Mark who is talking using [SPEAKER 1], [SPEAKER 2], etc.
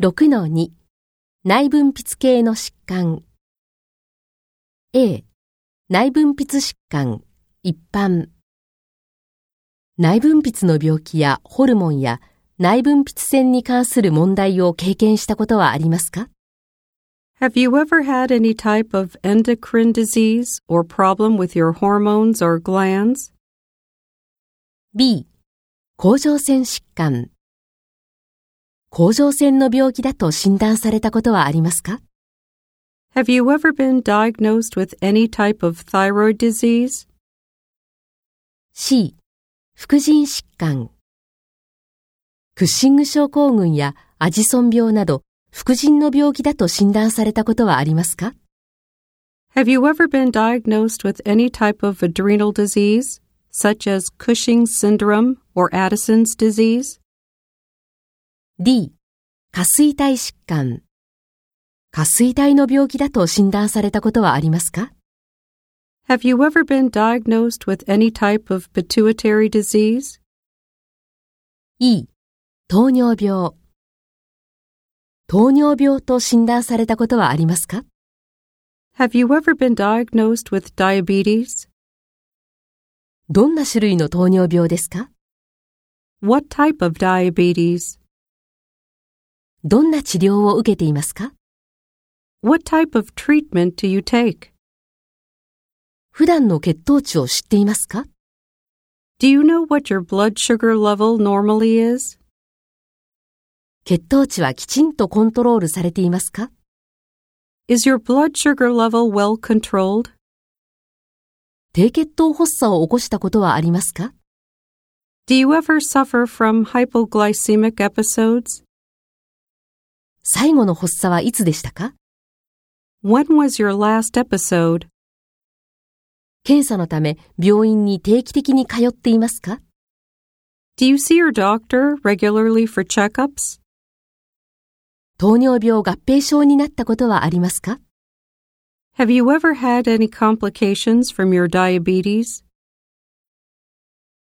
[SPEAKER 1] 6-2内分泌系の疾患 A 内分泌疾患一般内分泌の病気やホルモンや内分泌腺に関する問題を経験したことはありますか
[SPEAKER 2] Have you ever had any type of endocrine disease or problem with your hormones or glands?
[SPEAKER 1] B 甲状腺疾患甲状腺の病気だと診断されたことはありますか
[SPEAKER 2] Have you ever been diagnosed with any type of thyroid disease?
[SPEAKER 1] C 副腎疾患クッシング症候群やアジソン病など副腎の病気だと診断されたことはありますか
[SPEAKER 2] Have you ever been diagnosed with any type of adrenal disease, such as Cushing's syndrome or Addison's disease?
[SPEAKER 1] D 下垂体疾患下垂体の病気だと診断されたことはありますか
[SPEAKER 2] Have you ever been diagnosed with any type of pituitary disease?
[SPEAKER 1] E 糖尿病糖尿病と診断されたことはありますか
[SPEAKER 2] Have you ever been diagnosed with diabetes?
[SPEAKER 1] どんな種類の糖尿病ですか
[SPEAKER 2] What type of diabetes?
[SPEAKER 1] どんな治療を受けていますか
[SPEAKER 2] What type of treatment do you take?
[SPEAKER 1] 普段の血糖値を知っていますか
[SPEAKER 2] Do you know what your blood sugar level normally is?
[SPEAKER 1] 血糖値はきちんとコントロールされていますか
[SPEAKER 2] Is your blood sugar level well controlled?
[SPEAKER 1] 低血糖発作を起こしたことはありますか
[SPEAKER 2] Do you ever suffer from hypoglycemic episodes?
[SPEAKER 1] 最後の発作はいつでしたか
[SPEAKER 2] When was your last episode?
[SPEAKER 1] 検査のため病院に定期的に通っていますか
[SPEAKER 2] Do you see your doctor regularly for checkups?
[SPEAKER 1] 糖尿病合併症になったことはありますか
[SPEAKER 2] Have you ever had any complications from your diabetes?